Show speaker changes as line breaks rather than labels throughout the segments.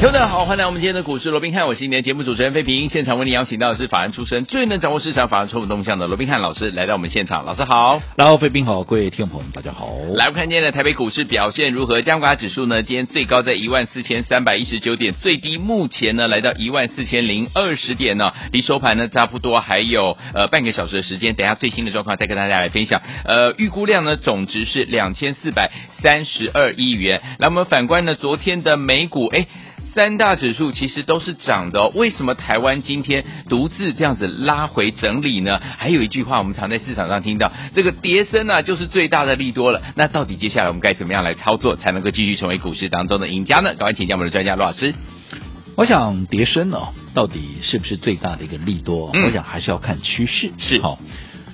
听众朋友好，欢迎来我们今天的股市罗宾汉，我是今天的节目主持人费平。现场为你邀请到的是法案出身、最能掌握市场法案错误动向的罗宾汉老师，来到我们现场。老师好，
然后，贵宾好，各位听众朋友们，大家好。
来，我们看今天的台北股市表现如何？加权指数呢，今天最高在14,319点，最低目前呢来到14,020点呢、离收盘呢差不多还有呃半个小时的时间。等一下最新的状况再跟大家来分享。呃，预估量呢总值是2,432亿元。来，我们反观呢昨天的美股，哎。三大指数其实都是涨的、哦，为什么台湾今天独自这样子拉回整理呢？还有一句话，我们常在市场上听到，这个跌升啊就是最大的利多了。那到底接下来我们该怎么样来操作，才能够继续成为股市当中的赢家呢？赶快请教我们的专家罗老师。
我想叠升哦，到底是不是最大的一个利多？
嗯
我想还是要看趋势，
是
好。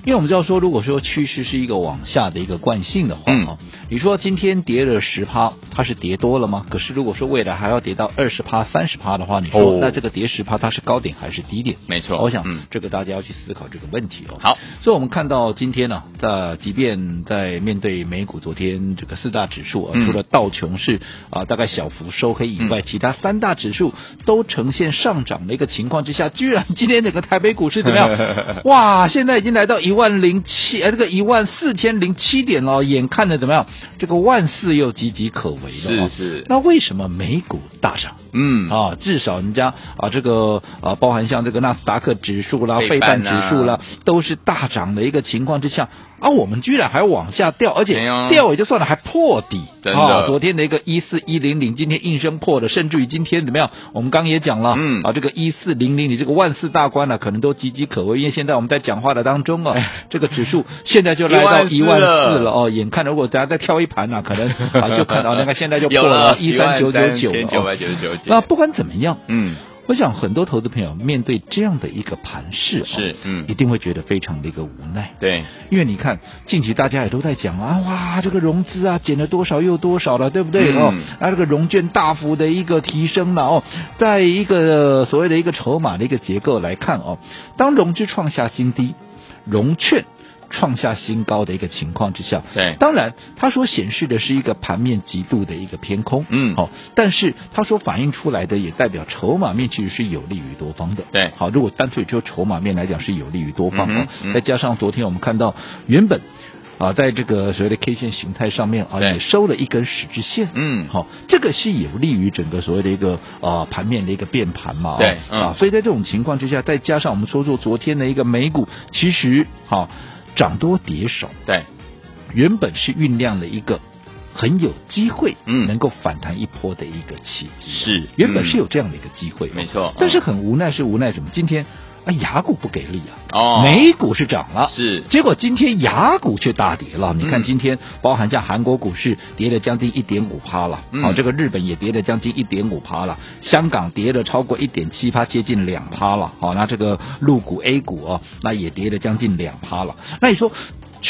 因为我们知道说，如果说趋势是一个往下的一个惯性的话，
嗯
哦，你说今天跌了十趴，它是跌多了吗？可是如果说未来还要跌到二十趴、三十趴的话，你说、
哦
那这个跌十趴它是高点还是低点？
没错
我想、
嗯
这个大家要去思考这个问题哦。
好，
所以我们看到今天呢、在即便在面对美股昨天这个四大指数啊，
嗯
除了道琼是啊大概小幅收黑以外，其他三大指数都呈现上涨的一个情况之下，居然今天整个台北股市怎么 样？哇，现在已经来到一万零七，呃，这个一万四千零七点了，眼看着怎么样？这个万四又岌岌可危了、哦。
是
那为什么美股大涨？
嗯，
啊，至少人家啊，这个啊，包含像这个纳斯达克指数啦、
费
费
半
半指
啊
数啦，都是大涨的一个情况之下，啊，我们居然还往下掉，而
哎
且
呦
掉也就算了，还破底。
真的
啊，昨天的一个一四一零零，今天应声破了，甚至于今天怎么样？我们刚也讲了，
嗯
啊，这个一四零零，你这个万四大关呢、可能都岌岌可危，因为现在我们在讲话的当中啊，
哎
这个指数现在就来到一
14,000
万四
了
了哦，眼看如果大家再跳一盘呢、可能啊就看到、那个现在就
有
破
了
一三九九九了、
九
哦
百。九十九点。
那不管怎么样，
嗯，
我想很多投资朋友面对这样的一个盘势、哦，
是嗯
一定会觉得非常的一个无奈。
对，
因为你看，近期大家也都在讲啊，哇，这个融资啊减了多少又多少了，对不对、
嗯
哦？啊，这个融券大幅的一个提升了哦，在一个所谓的一个筹码的一个结构来看哦，当融资创下新低，融券。创下新高的一个情况之下，
对
当然它所显示的是一个盘面极度的一个偏空，
嗯
好、但是它所反映出来的也代表筹码面其实是有利于多方的，
对
好，如果单粹就筹码面来讲是有利于多方
嗯
哦
哼，嗯
再加上昨天我们看到原本啊，在这个所谓的 K 线形态上面啊，
对
也收了一根十字线。
嗯，
好、这个是有利于整个所谓的一个呃盘面的一个变盘嘛、哦，
对嗯
啊，所以在这种情况之下，再加上我们说说昨天的一个美股，其实好、涨多跌少，
对，
原本是酝酿了一个很有机会，
嗯
能够反弹一波的一个契机，啊
是
原本是
嗯
有这样的一个机会，
没错
但是
嗯
很无奈是无奈什么？今天啊，雅股不给力啊，
哦，
美股是涨了，
是
结果今天雅股却大跌了。你
嗯
看今天，包含像韩国股市跌了将近一点五趴了，好、
嗯
这个日本也跌了将近一点五趴了，香港跌了超过一点七趴，接近两趴了。好、那这个陆股 A 股哦，那也跌了将近两趴了。那你说？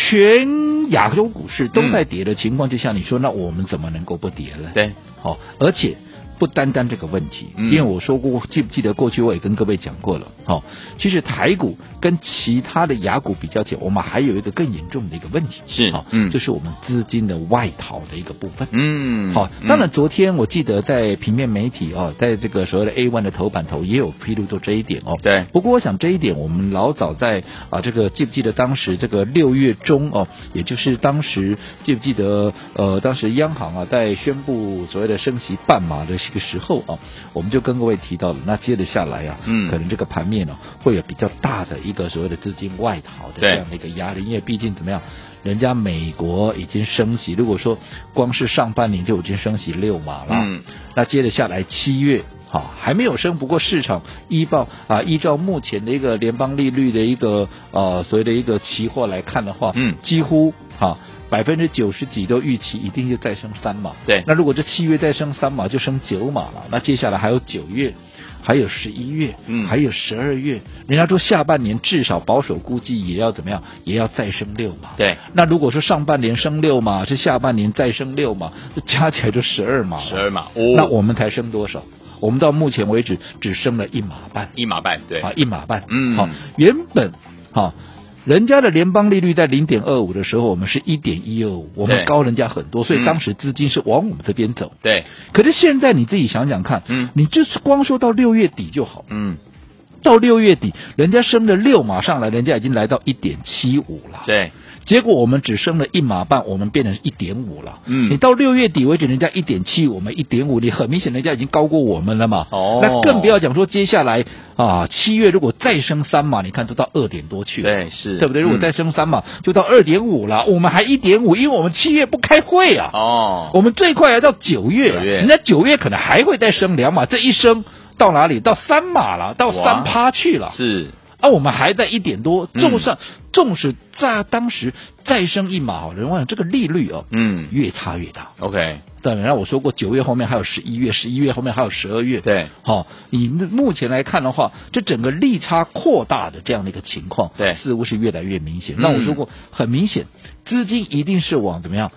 全亚洲股市都
嗯
在跌的情况之下，你说那我们怎么能够不跌呢？
对，
好、而且不单单这个问题，
嗯
因为我说过，记不记得过去我也跟各位讲过了，好、其实台股跟其他的雅股比较起来，我们还有一个更严重的一个问题，
是
好、
嗯
就是我们资金的外逃的一个部分。
嗯，
好，
嗯
当然，昨天我记得在平面媒体哦，在这个所谓的 A one 的头版头也有披露到这一点哦。
对
不过我想这一点，我们老早在啊，这个记不记得当时这个六月中哦，也就是当时记不记得呃，当时央行啊在宣布所谓的升息半码的这个时候啊，我们就跟各位提到了，那接着下来啊，
嗯
可能这个盘面呢、会有比较大的一个所谓的资金外逃的
对
这样的一个压力，因为毕竟怎么样，人家美国已经升息，如果说光是上半年就已经升息六码了，
嗯，
那接着下来七月。好，还没有升，不过市场依报啊，依照目前的一个联邦利率的一个呃所谓的一个期货来看的话，
嗯
几乎哈、百分之九十几都预期一定就再升三码。
对
那如果这七月再升三码，就升九码了。那接下来还有九月，还有十一月，
嗯
还有十二月。人家说下半年至少保守估计也要怎么样，也要再升六码。
对，
那如果说上半年升六码，是下半年再升六码，这加起来就十二码了。
十二码
那
哦，
我们才升多少？我们到目前为止只升了一码半。
一码半，对，
啊，一码半。
嗯
好、原本好、人家的联邦利率在零点二五的时候，我们是一点一二五，我
对
们高人家很多，所
嗯
以当时资金是往我们这边走。
对，
可是现在你自己想想看，
嗯
你就是光说到六月底就好，
嗯，
到六月底，人家升了六码上来，人家已经来到一点七五了。。
对，
结果我们只升了一码半，我们变成一点五了。
嗯
你到六月底为止，人家一点七，我们一点五，你很明显人家已经高过我们了嘛。
哦
那更不要讲说接下来啊，七月如果再升三码，你看都到二点多去了。
对，是，
对不对？如果再
嗯
升三码，就到二点五了。我们还一点五，因为我们七月不开会啊。
哦，
我们最快要到九月啊，
九月
人家九月可能还会再升两码，这一升到哪里？到三码了，到
哇
三趴去了。
是，
啊，我们还在一点多，
嗯
纵上，纵使在当时再升一码，人家这个利率哦，
嗯
越差越大。
，OK，
当然，我说过，九月后面还有十一月，十一月后面还有十二月。
对，
好、以目前来看的话，这整个利差扩大的这样的一个情况，
对
似乎是越来越明显。
嗯
那我说过，很明显，资金一定是往怎么样？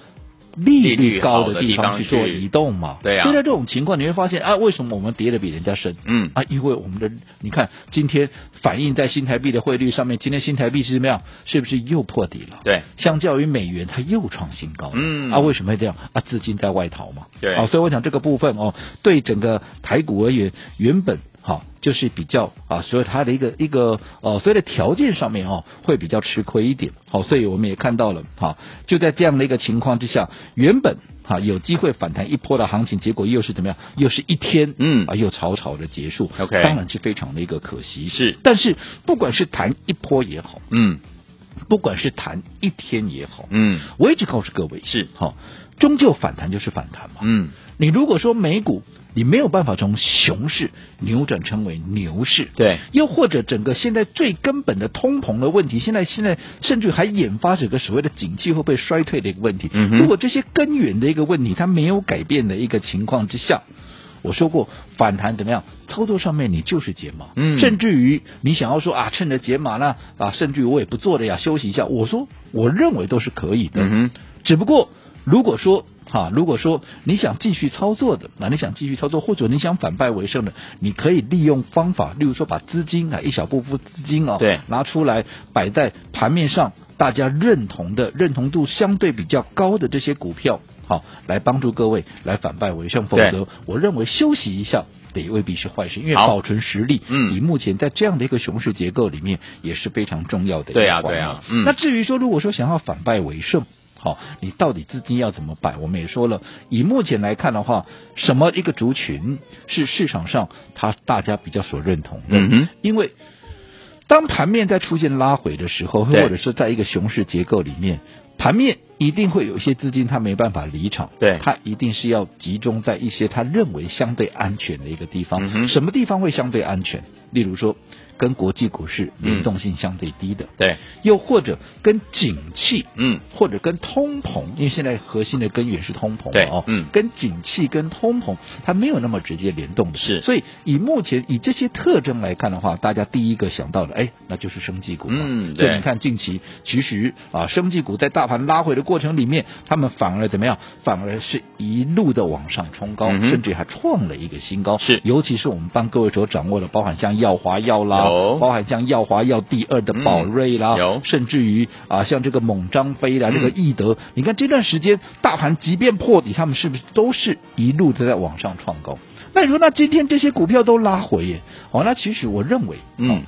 利
利率
率高
好的
的
地
地
方
方去做
去
移动嘛，
对啊
所以在这种情况，你会发现啊，为什么我们跌的比人家深？
嗯，
啊，因为我们的你看，今天反映在新台币的汇率上面，今天新台币是怎么样？是不是又破底了？
对，
相较于美元，它又创新高了。
嗯
啊，为什么会这样？啊，资金在外逃嘛。
对
啊，所以我想这个部分哦，对整个台股而言，原本哈、就是比较啊，所以它的一个一个呃，所以的条件上面哦，会比较吃亏一点。好、所以我们也看到了，哈、就在这样的一个情况之下，原本哈、有机会反弹一波的行情，结果又是怎么样？又是一天，
嗯
啊，又草草的结束。
OK
当然是非常的一个可惜。
是
但是不管是弹一波也好，
嗯
不管是弹一天也好，
嗯
我一直告诉各位
是
好、终究反弹就是反弹嘛。
嗯，
你如果说美股你没有办法从熊市扭转成为牛市，
对，
又或者整个现在最根本的通膨的问题，现在现在甚至还引发整个所谓的景气会不会衰退的一个问题。
嗯哼
如果这些根源的一个问题它没有改变的一个情况之下。我说过反弹怎么样？操作上面你就是解码，
嗯
甚至于你想要说啊，趁着解码呢啊，甚至于我也不做了呀，休息一下。我说我认为都是可以的，
嗯哼，
只不过如果说哈、如果说你想继续操作的，啊那、你想继续操作，或者你想反败为胜的，你可以利用方法，例如说把资金啊一小部分资金啊、
对
拿出来摆在盘面上，大家认同的、认同度相对比较高的这些股票，好、来帮助各位来反败为胜，否
对
则我认为休息一下。也未必是坏事，因为
好
保存实力，
嗯
以目前在这样的一个熊市结构里面也是非常重要的一个
对啊
环
对啊
嘛
嗯
那至于说，如果说想要反败为胜，好、你到底资金要怎么摆？我们也说了，以目前来看的话，什么一个族群是市场上它大家比较所认同的？
嗯哼，
因为当盘面在出现拉回的时候，或
对
者是在一个熊市结构里面，盘面一定会有一些资金它没办法离场，
对
它一定是要集中在一些它认为相对安全的一个地方。
嗯哼
什么地方会相对安全？例如说，跟国际股市
嗯
联动性相对低的，
对，
又或者跟景气，
嗯
或者跟通膨，因为现在核心的根源是通膨嘛，
对
哦，
嗯
跟景气跟通膨它没有那么直接联动的，
是
所以以目前以这些特征来看的话，大家第一个想到的，哎，那就是生技股嘛，
嗯
所以
对
你看近期其实啊，生技股在大盘拉回的过程里面，他们反而怎么样？反而是一路的往上冲高，
嗯哼
甚至还创了一个新高，
是
尤其是我们帮各位所掌握的，包含像耀华耀啦
有，
包含像耀华耀第二的宝
嗯
瑞啦，
有
甚至于啊，像这个猛张飞啦，
嗯
这个易德，你看这段时间大盘即便破底，他们是不是都是一路都在往上创高？那你说，那今天这些股票都拉回耶？哦，那其实我认为，哦
嗯，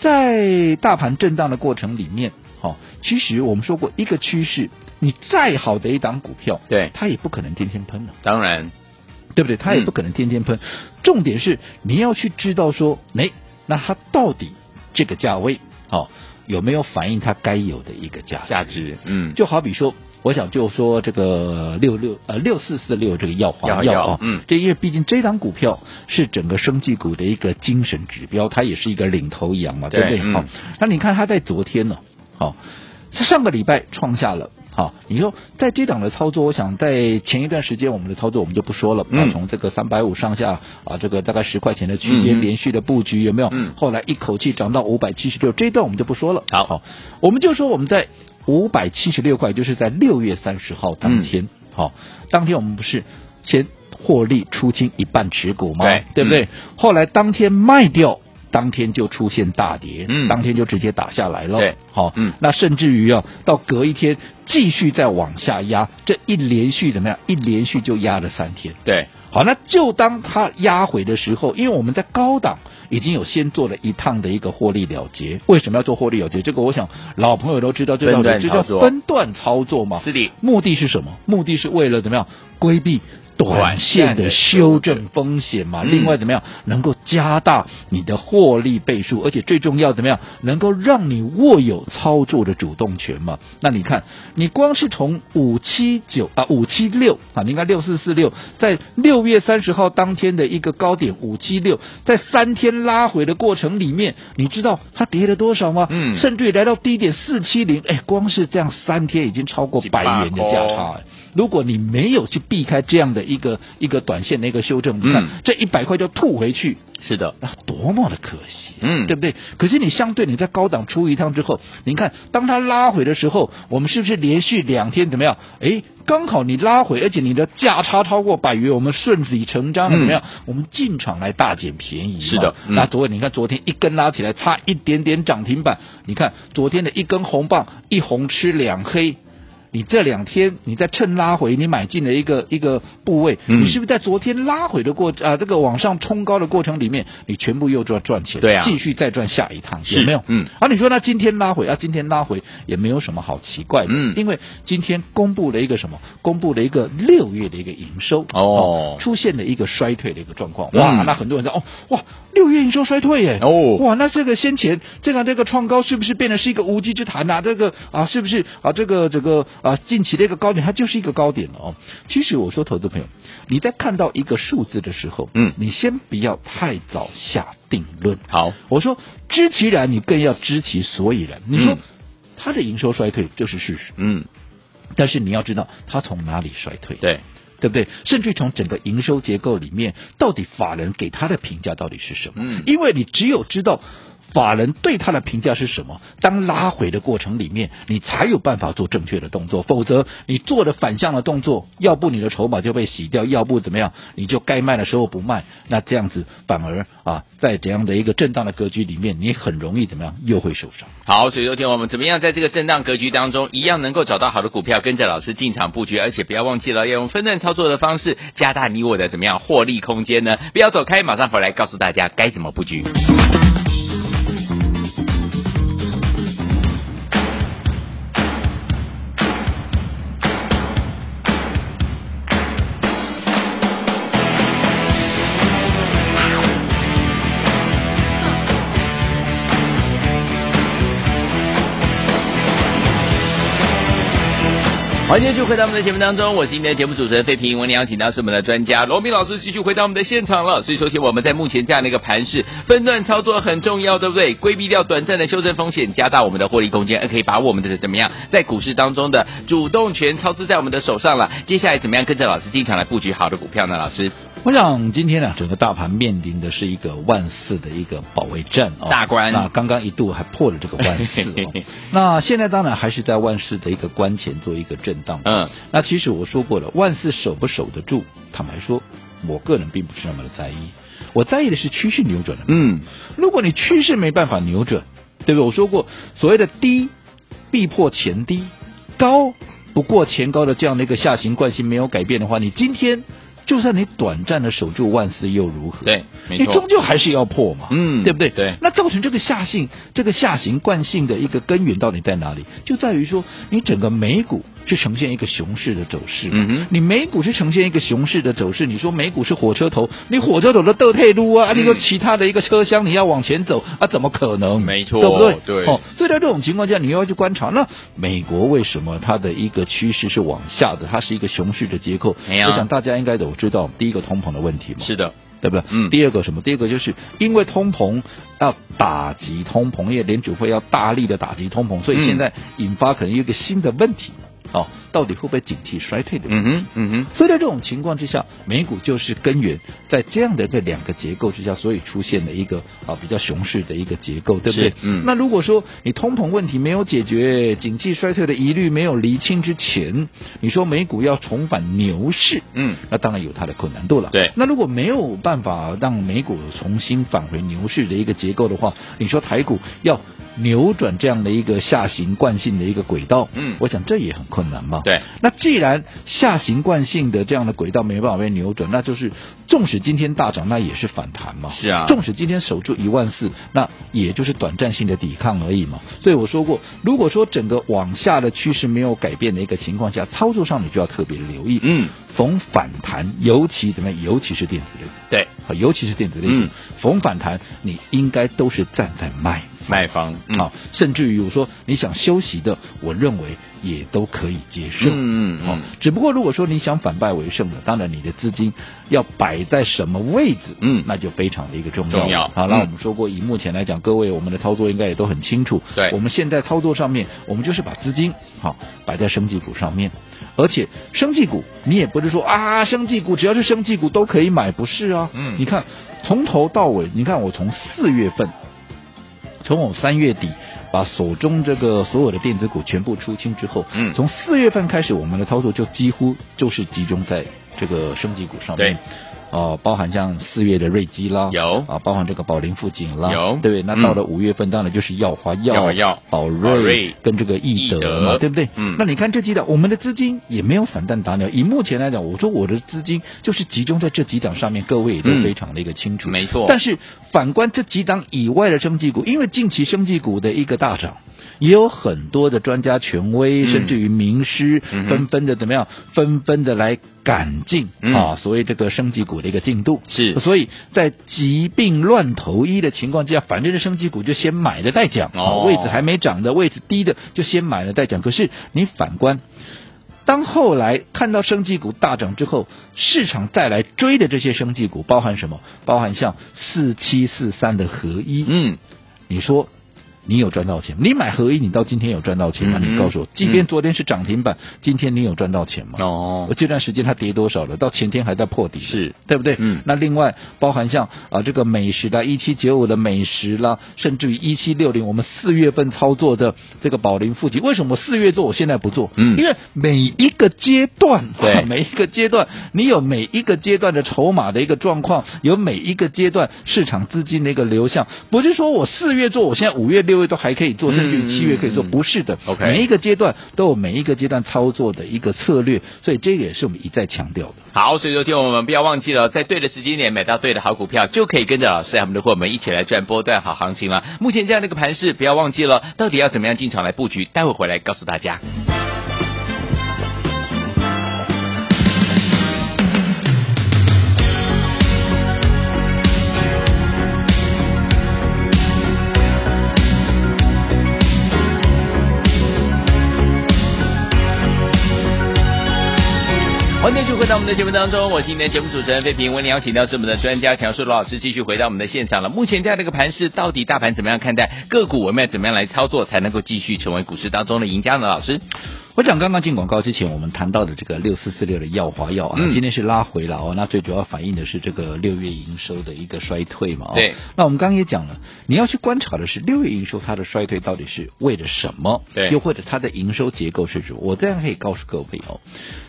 在大盘震荡的过程里面，哦，其实我们说过一个趋势，你再好的一档股票，
对
它也不可能天天喷的、啊
当然，
对不对？它也
嗯
不可能天天喷。重点是你要去知道说，哎，那它到底这个价位，哦，有没有反映它该有的一个价值？
价值，嗯，
就好比说，我想就说这个六六呃六四四六这个药
药
华药
药
啊，
嗯
这因为毕竟这档股票是整个生技股的一个精神指标，它也是一个领头羊嘛，对不哦
对
对？
嗯
哦好、那你看它在昨天呢、好、它上个礼拜创下了好，你说在这档的操作，我想在前一段时间我们的操作我们就不说了，
嗯
啊，从这个三百五上下啊，这个大概十块钱的区间
嗯
连续的布局有没有
嗯？
后来一口气涨到五百七十六，这一段我们就不说了。
好
我们就说我们在五百七十六块，就是在六月三十号
嗯
当天，好，当天我们不是先获利出清一半持股吗？
对
对不对？
嗯
后来当天卖掉。当天就出现大跌，
嗯
当天就直接打下来了。
对
好，
嗯
那甚至于啊，到隔一天继续再往下压，这一连续怎么样？一连续就压了三天。
对，
好，那就当它压回的时候，因为我们在高档已经有先做了一趟的一个获利了结。为什么要做获利了结？这个我想老朋友都知道，这道
分段
理，这叫
操作
分段操作嘛。
是的，
目的是什么？目的是为了怎么样规避短线的修正风险嘛？
嗯
另外怎么样能够加大你的获利倍数，而且最重要怎么样能够让你握有操作的主动权嘛？那你看，你光是从五七九啊五七六啊，你看六四四六，在六月三十号当天的一个高点五七六，在三天拉回的过程里面，你知道它跌了多少吗？
嗯
甚至于来到低点四七零，哎，光是这样三天已经超过。超过百元的价差、
哦
哎如果你没有去避开这样的一个一个短线的一个修正，你看、
嗯
这一百块就吐回去，
是的，
那多么的可惜、啊
嗯
对不对？可是你相对你在高档出一趟之后，你看当它拉回的时候，我们是不是连续两天怎么样？哎，刚好你拉回，而且你的价差超过百元，我们顺理成章的
嗯
怎么样？我们进场来大捡便宜嘛。
是的嗯
那昨天你看昨天一根拉起来差一点点涨停板，你看昨天的一根红棒，一红吃两黑。你这两天你在趁拉回，你买进了一个一个部位，
嗯
你是不是在昨天拉回的过啊这个往上冲高的过程里面，你全部又赚赚钱？
对啊
继续再赚下一趟，
是
有没有？
嗯，
啊，你说那今天拉回啊，今天拉回也没有什么好奇怪的，
嗯
因为今天公布了一个什么？公布了一个六月的一个营收
哦
出现了一个衰退的一个状况，哇，
嗯
那很多人在哦，哇，六月营收衰退耶，
哦
哇，那这个先前这个这个创高是不是变得是一个无稽之谈呐、这个啊，是不是啊？这个这个啊，近期的一个高点，它就是一个高点了哦。其实我说，投资朋友，你在看到一个数字的时候，
嗯
你先不要太早下定论。
好，
我说知其然，你更要知其所以然。你说、
嗯
它的营收衰退这是事实，
嗯，
但是你要知道它从哪里衰退。
对，
对不对？甚至从整个营收结构里面，到底法人给他的评价到底是什么？
嗯
因为你只有知道法人对他的评价是什么，当拉回的过程里面，你才有办法做正确的动作，否则你做了反向的动作，要不你的筹码就被洗掉，要不怎么样，你就该卖的时候不卖，那这样子反而啊，在这样的一个震荡的格局里面，你很容易怎么样，又会受伤。
好，所以昨天我们怎么样在这个震荡格局当中，一样能够找到好的股票，跟着老师进场布局，而且不要忘记了要用分段操作的方式，加大你我的怎么样获利空间呢？不要走开，马上回来告诉大家该怎么布局。欢迎继续回到我们的节目当中，我是今天的节目主持人费平。我们邀请到是我们的专家罗明老师，继续回到我们的现场了。所以，首先我们在目前这样的一个盘势，分段操作很重要，对不对？规避掉短暂的修正风险，加大我们的获利空间，而可以把我们的怎么样在股市当中的主动权操之在我们的手上了。接下来怎么样跟着老师进场来布局好的股票呢？老师，
我想今天呢、啊整个大盘面临的是一个万四的一个保卫战哦，
大关，
那刚刚一度还破了这个万四哦 那现在当然还是在万四的一个关前做一个震荡。
嗯，
那其实我说过了，万四守不守得住，坦白说，我个人并不是那么的在意，我在意的是趋势扭转的
嗯，
如果你趋势没办法扭转，对不对？我说过，所谓的低必破前低，高不过前高的这样的一个下行惯性没有改变的话，你今天就算你短暂的守住万四又如何？
对，没
你
错
终，究还是要破嘛，
嗯
对不对？
对
那造成这个下行、这个下行惯性的一个根源到底在哪里？就在于说，你整个美股是呈现一个熊市的走势，
嗯哼
你美股是呈现一个熊市的走势，你说美股是火车头，你火车头的倒退路
嗯
啊，啊你说其他的一个车厢你要往前走啊，怎么可能？
没错
对不对？
对
哦，所以在这种情况下，你又要去观察，那美国为什么它的一个趋势是往下的？它是一个熊市的结构，
哎呀
我想大家应该都知道，第一个通膨的问题嘛，
是的，
对不对？
嗯
第二个什么？第二个就是因为通膨要打击
嗯
通膨，因为联储会要大力的打击通膨，所以现在引发可能有一个新的问题。哦，到底会不会景气衰退的问题
嗯哼，嗯
所以在这种情况之下，美股就是根源在这样的一个两个结构之下，所以出现了一个啊比较熊市的一个结构，对不对
是？嗯
那如果说你通膨问题没有解决，景气衰退的疑虑没有厘清之前，你说美股要重返牛市，
嗯
那当然有它的困难度了。
对
那如果没有办法让美股重新返回牛市的一个结构的话，你说台股要扭转这样的一个下行惯性的一个轨道，
嗯
我想这也很困难嘛。
对，
那既然下行惯性的这样的轨道没办法被扭转，那就是纵使今天大涨，那也是反弹嘛。
是啊
纵使今天守住一万四，那也就是短暂性的抵抗而已嘛。所以我说过，如果说整个往下的趋势没有改变的一个情况下，操作上你就要特别留意。
嗯，
逢反弹，尤其怎么样？尤其是电子类
哼，对，
啊，尤其是电子类股，
嗯
逢反弹你应该都是站在卖
卖方嗯
好、甚至于我说你想休息的，我认为也都可以接受。
嗯嗯嗯
好只不过如果说你想反败为胜的，当然你的资金要摆在什么位置，
嗯
那就非常的一个重要了。
重要
好，那
嗯
我们说过，以目前来讲，各位我们的操作应该也都很清楚。
对
我们现在操作上面，我们就是把资金好、摆在生技股上面，而且生技股你也不是说啊，生技股只要是生技股都可以买，不是啊？
嗯
你看从头到尾，你看我从四月份。从我三月底把手中这个所有的电子股全部出清之后，
嗯
从四月份开始，我们的操作就几乎就是集中在这个升级股上面
对。
哦，包含像四月的瑞基啦，
有
啊，包含这个宝林富锦啦，
有
对不对？那
嗯
到了五月份，当然就是耀华
耀
耀、
华耀
宝
宝
瑞
瑞
跟这个益
益
德
德
嘛，对不对？
嗯
那你看这几档，我们的资金也没有散弹打鸟。以目前来讲，我说我的资金就是集中在这几档上面，各位也都
嗯
非常的一个清楚。
没错
但是反观这几档以外的生技股，因为近期生技股的一个大涨，也有很多的专家权威，
嗯
甚至于名师，
嗯哼
纷纷的怎么样，纷纷的来赶进、
嗯
啊，所谓这个生技股的一个进度。
是
所以在疾病乱投医的情况之下，反正是生技股就先买了再讲，
哦
啊位置还没涨的，位置低的就先买了再讲。可是你反观。当后来看到生技股大涨之后，市场再来追的这些生技股，包含什么？包含像四七四三的合一，
嗯，
你说你有赚到钱吗？你买合一，你到今天有赚到钱吗？
嗯
你告诉我，即
嗯
便昨天是涨停板，今天你有赚到钱吗？
哦
我，这段时间它跌多少了？到前天还在破底，
是
对不对？
嗯
那另外包含像啊、这个美食啦，一七九五的美食啦，甚至于一七六零，我们四月份操作的这个宝林附近，为什么四月做我现在不做？
嗯
因为每一个阶段，
对
每一个阶段你有每一个阶段的筹码的一个状况，有每一个阶段市场资金的一个流向，不是说我四月做，我现在五月、六月都还可以做，甚至于七月可以做，
嗯嗯嗯
不是的。
OK
每一个阶段都有每一个阶段操作的一个策略，所以这个也是我们一再强调的。
好，所以说听我们不要忘记了，在对的时间点买到对的好股票，就可以跟着老师和我们的伙伴们一起来赚波段好行情了。目前这样的一个盘势，不要忘记了，到底要怎么样进场来布局？待会回来告诉大家。欢迎继续回到我们的节目当中，我是今天的节目主持人费平。为您邀请到是我们的专家强硕罗老师，继续回到我们的现场了。目前这样的一个盘势，到底大盘怎么样看待？个股我们要怎么样来操作，才能够继续成为股市当中的赢家呢？老师，
我讲刚刚进广告之前，我们谈到的这个六四四六的耀华药啊，
嗯
今天是拉回了哦。那最主要反映的是这个六月营收的一个衰退嘛、哦。
对。
那我们刚刚也讲了，你要去观察的是六月营收它的衰退到底是为了什么？
对
又或者它的营收结构是什么？我这样可以告诉各位哦，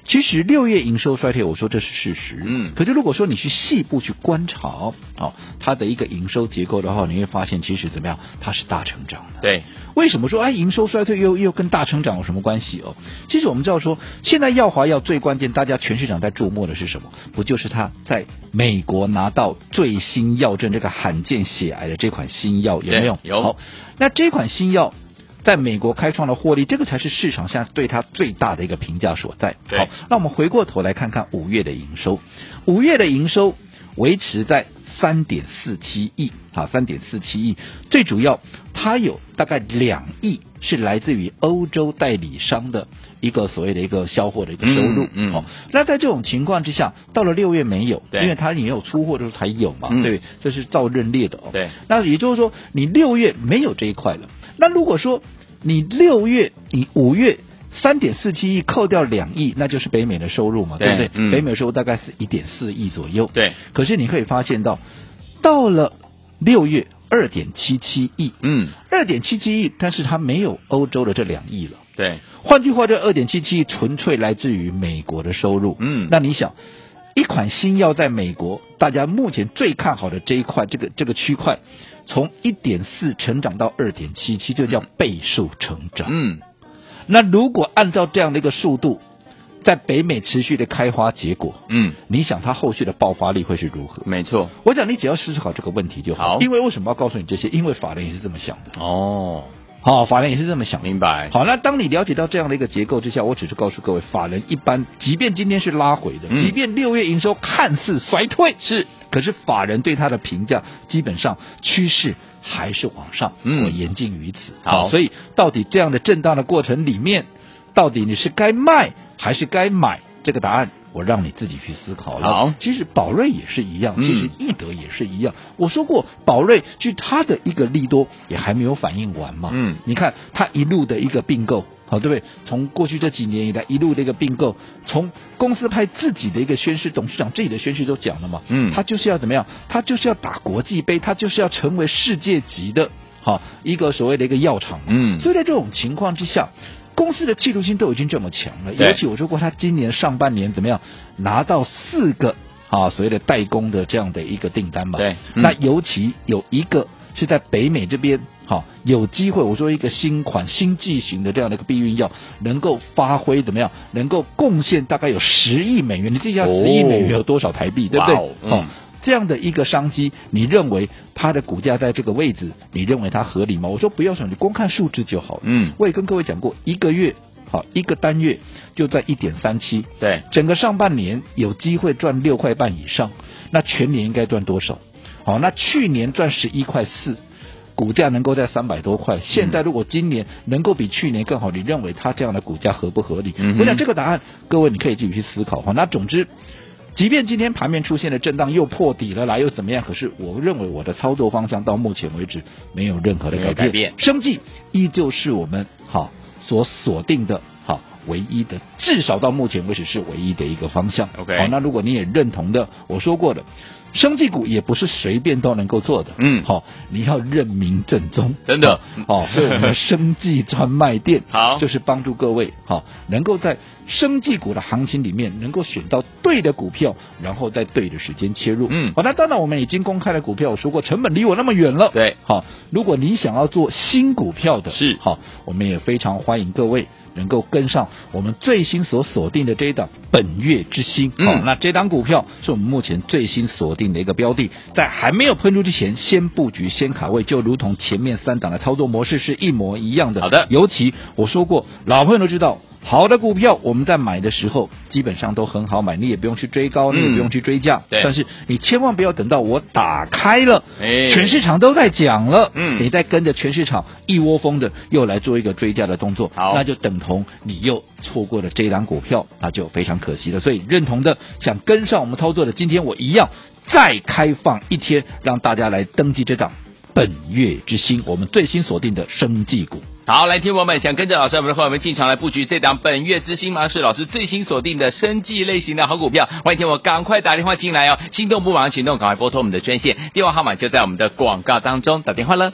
其实六月营收衰退，我说这是事实。
嗯
可是如果说你去细部去观察哦，它的一个营收结构的话，你会发现其实怎么样，它是大成长的。
对，
为什么说哎营收衰退又又跟大成长有什么关系哦？其实我们知道说，现在耀华药最关键，大家全市场在注目的是什么？不就是他在美国拿到最新药证这个罕见血癌的这款新药有没有？
对有
好，那这款新药。在美国开创了获利，这个才是市场现在对它最大的一个评价所在。
对
好，那我们回过头来看看五月的营收，五月的营收维持在三点四七亿啊，三点四七亿，最主要它有大概两亿是来自于欧洲代理商的一个所谓的一个销货的一个收入，
嗯嗯
哦，那在这种情况之下，到了六月没有，
对
因为它也有出货的时候才有嘛，
嗯
对，这是照认列的哦，
对，
那也就是说你六月没有这一块了，那如果说你六月你五月三点四七亿扣掉两亿，那就是北美的收入嘛，
对
对不对？
嗯
北美收入大概是一点四亿左右。
对，
可是你可以发现到，到了六月二点七七亿，
嗯，
二点七七亿，但是它没有欧洲的这两亿了。
对，
换句话，这二点七七亿纯粹来自于美国的收入。
嗯
那你想，一款新药在美国，大家目前最看好的这一块，这个这个区块，从一点四成长到二点七七，就叫倍数成长。
嗯，
那如果按照这样的一个速度，在北美持续的开花结果，
嗯，
你想它后续的爆发力会是如何？
没错，
我想你只要思考这个问题就好。
好
因为为什么要告诉你这些？因为法人也是这么想的。
哦，
好、法人也是这么想的。
明白，
好，那当你了解到这样的一个结构之下，我只是告诉各位，法人一般，即便今天是拉回的，
嗯
即便六月营收看似衰退，是，可是法人对它的评价基本上趋势还是往上，
嗯
我言尽于此。
好
所以到底这样的震荡的过程里面，到底你是该卖还是该买？这个答案我让你自己去思考了。
好
其实宝瑞也是一样，
嗯
其实易德也是一样。我说过，宝瑞据它的一个利多也还没有反应完嘛。
嗯
你看它一路的一个并购，好对不对？从过去这几年以来一路的一个并购，从公司派自己的一个宣誓，董事长自己的宣誓都讲了嘛，
嗯
他就是要怎么样？他就是要打国际杯，他就是要成为世界级的，好一个所谓的一个药厂嘛。
嗯
所以在这种情况之下。公司的企图心都已经这么强了，
对
尤其我说过，他今年上半年怎么样拿到四个啊所谓的代工的这样的一个订单嘛？
对嗯
那尤其有一个是在北美这边，好、有机会，我说一个新款新剂型的这样的一个避孕药，能够发挥怎么样，能够贡献大概有十亿美元，你自己想
哦
十亿美元有多少台币，对不对？
哇哦嗯
哦这样的一个商机，你认为它的股价在这个位置，你认为它合理吗？我说不要想，你光看数字就好了。
嗯，
我也跟各位讲过，一个月好一个单月就在一点三七，
对，
整个上半年有机会赚六块半以上，那全年应该赚多少？好，那去年赚十一块四，股价能够在三百多块。现在如果今年能够比去年更好，你认为它这样的股价合不合理？
嗯哼
我想这个答案，各位你可以自己去思考哈。那总之。即便今天盘面出现了震荡，又破底了啦，又怎么样？可是我认为我的操作方向到目前为止没有任何的
没有
改变，
改变
生计依旧是我们好所锁定的好唯一的，至少到目前为止是唯一的一个方向。
OK
好，那如果你也认同的，我说过的，生技股也不是随便都能够做的。
嗯
好、你要认明正宗，
真的
好、哦，所以我们的生技专卖店
好
就是帮助各位好、能够在生技股的行情里面能够选到对的股票，然后在对的时间切入。
嗯
好、那当然我们已经公开了股票，我说过成本离我那么远了。
对
好，如果你想要做新股票的，
是
好，我们也非常欢迎各位能够跟上我们最新所锁定的这一档本月之星。
嗯
好，那这档股票是我们目前最新锁定的一个标的，在还没有喷出之前，先布局先卡位，就如同前面三档的操作模式是一模一样的。
好的
尤其我说过，老朋友都知道。好的股票，我们在买的时候基本上都很好买，你也不用去追高，你也
嗯
不用去追价。
对
但是你千万不要等到我打开了，
哎
全市场都在讲了，
嗯
你再跟着全市场一窝蜂的又来做一个追价的动作，
好
那就等同你又错过了这一档股票，那就非常可惜了。所以认同的，想跟上我们操作的，今天我一样再开放一天，让大家来登记这档本月之星，我们最新锁定的生技股。
好，来，听众朋友们，想跟着老师我们的伙伴们进场来布局这档本月之星吗？是老师最新锁定的生计类型的好股票，欢迎听我赶快打电话进来哦！心动不忙行动，赶快拨通我们的专线，电话号码就在我们的广告当中，打电话了。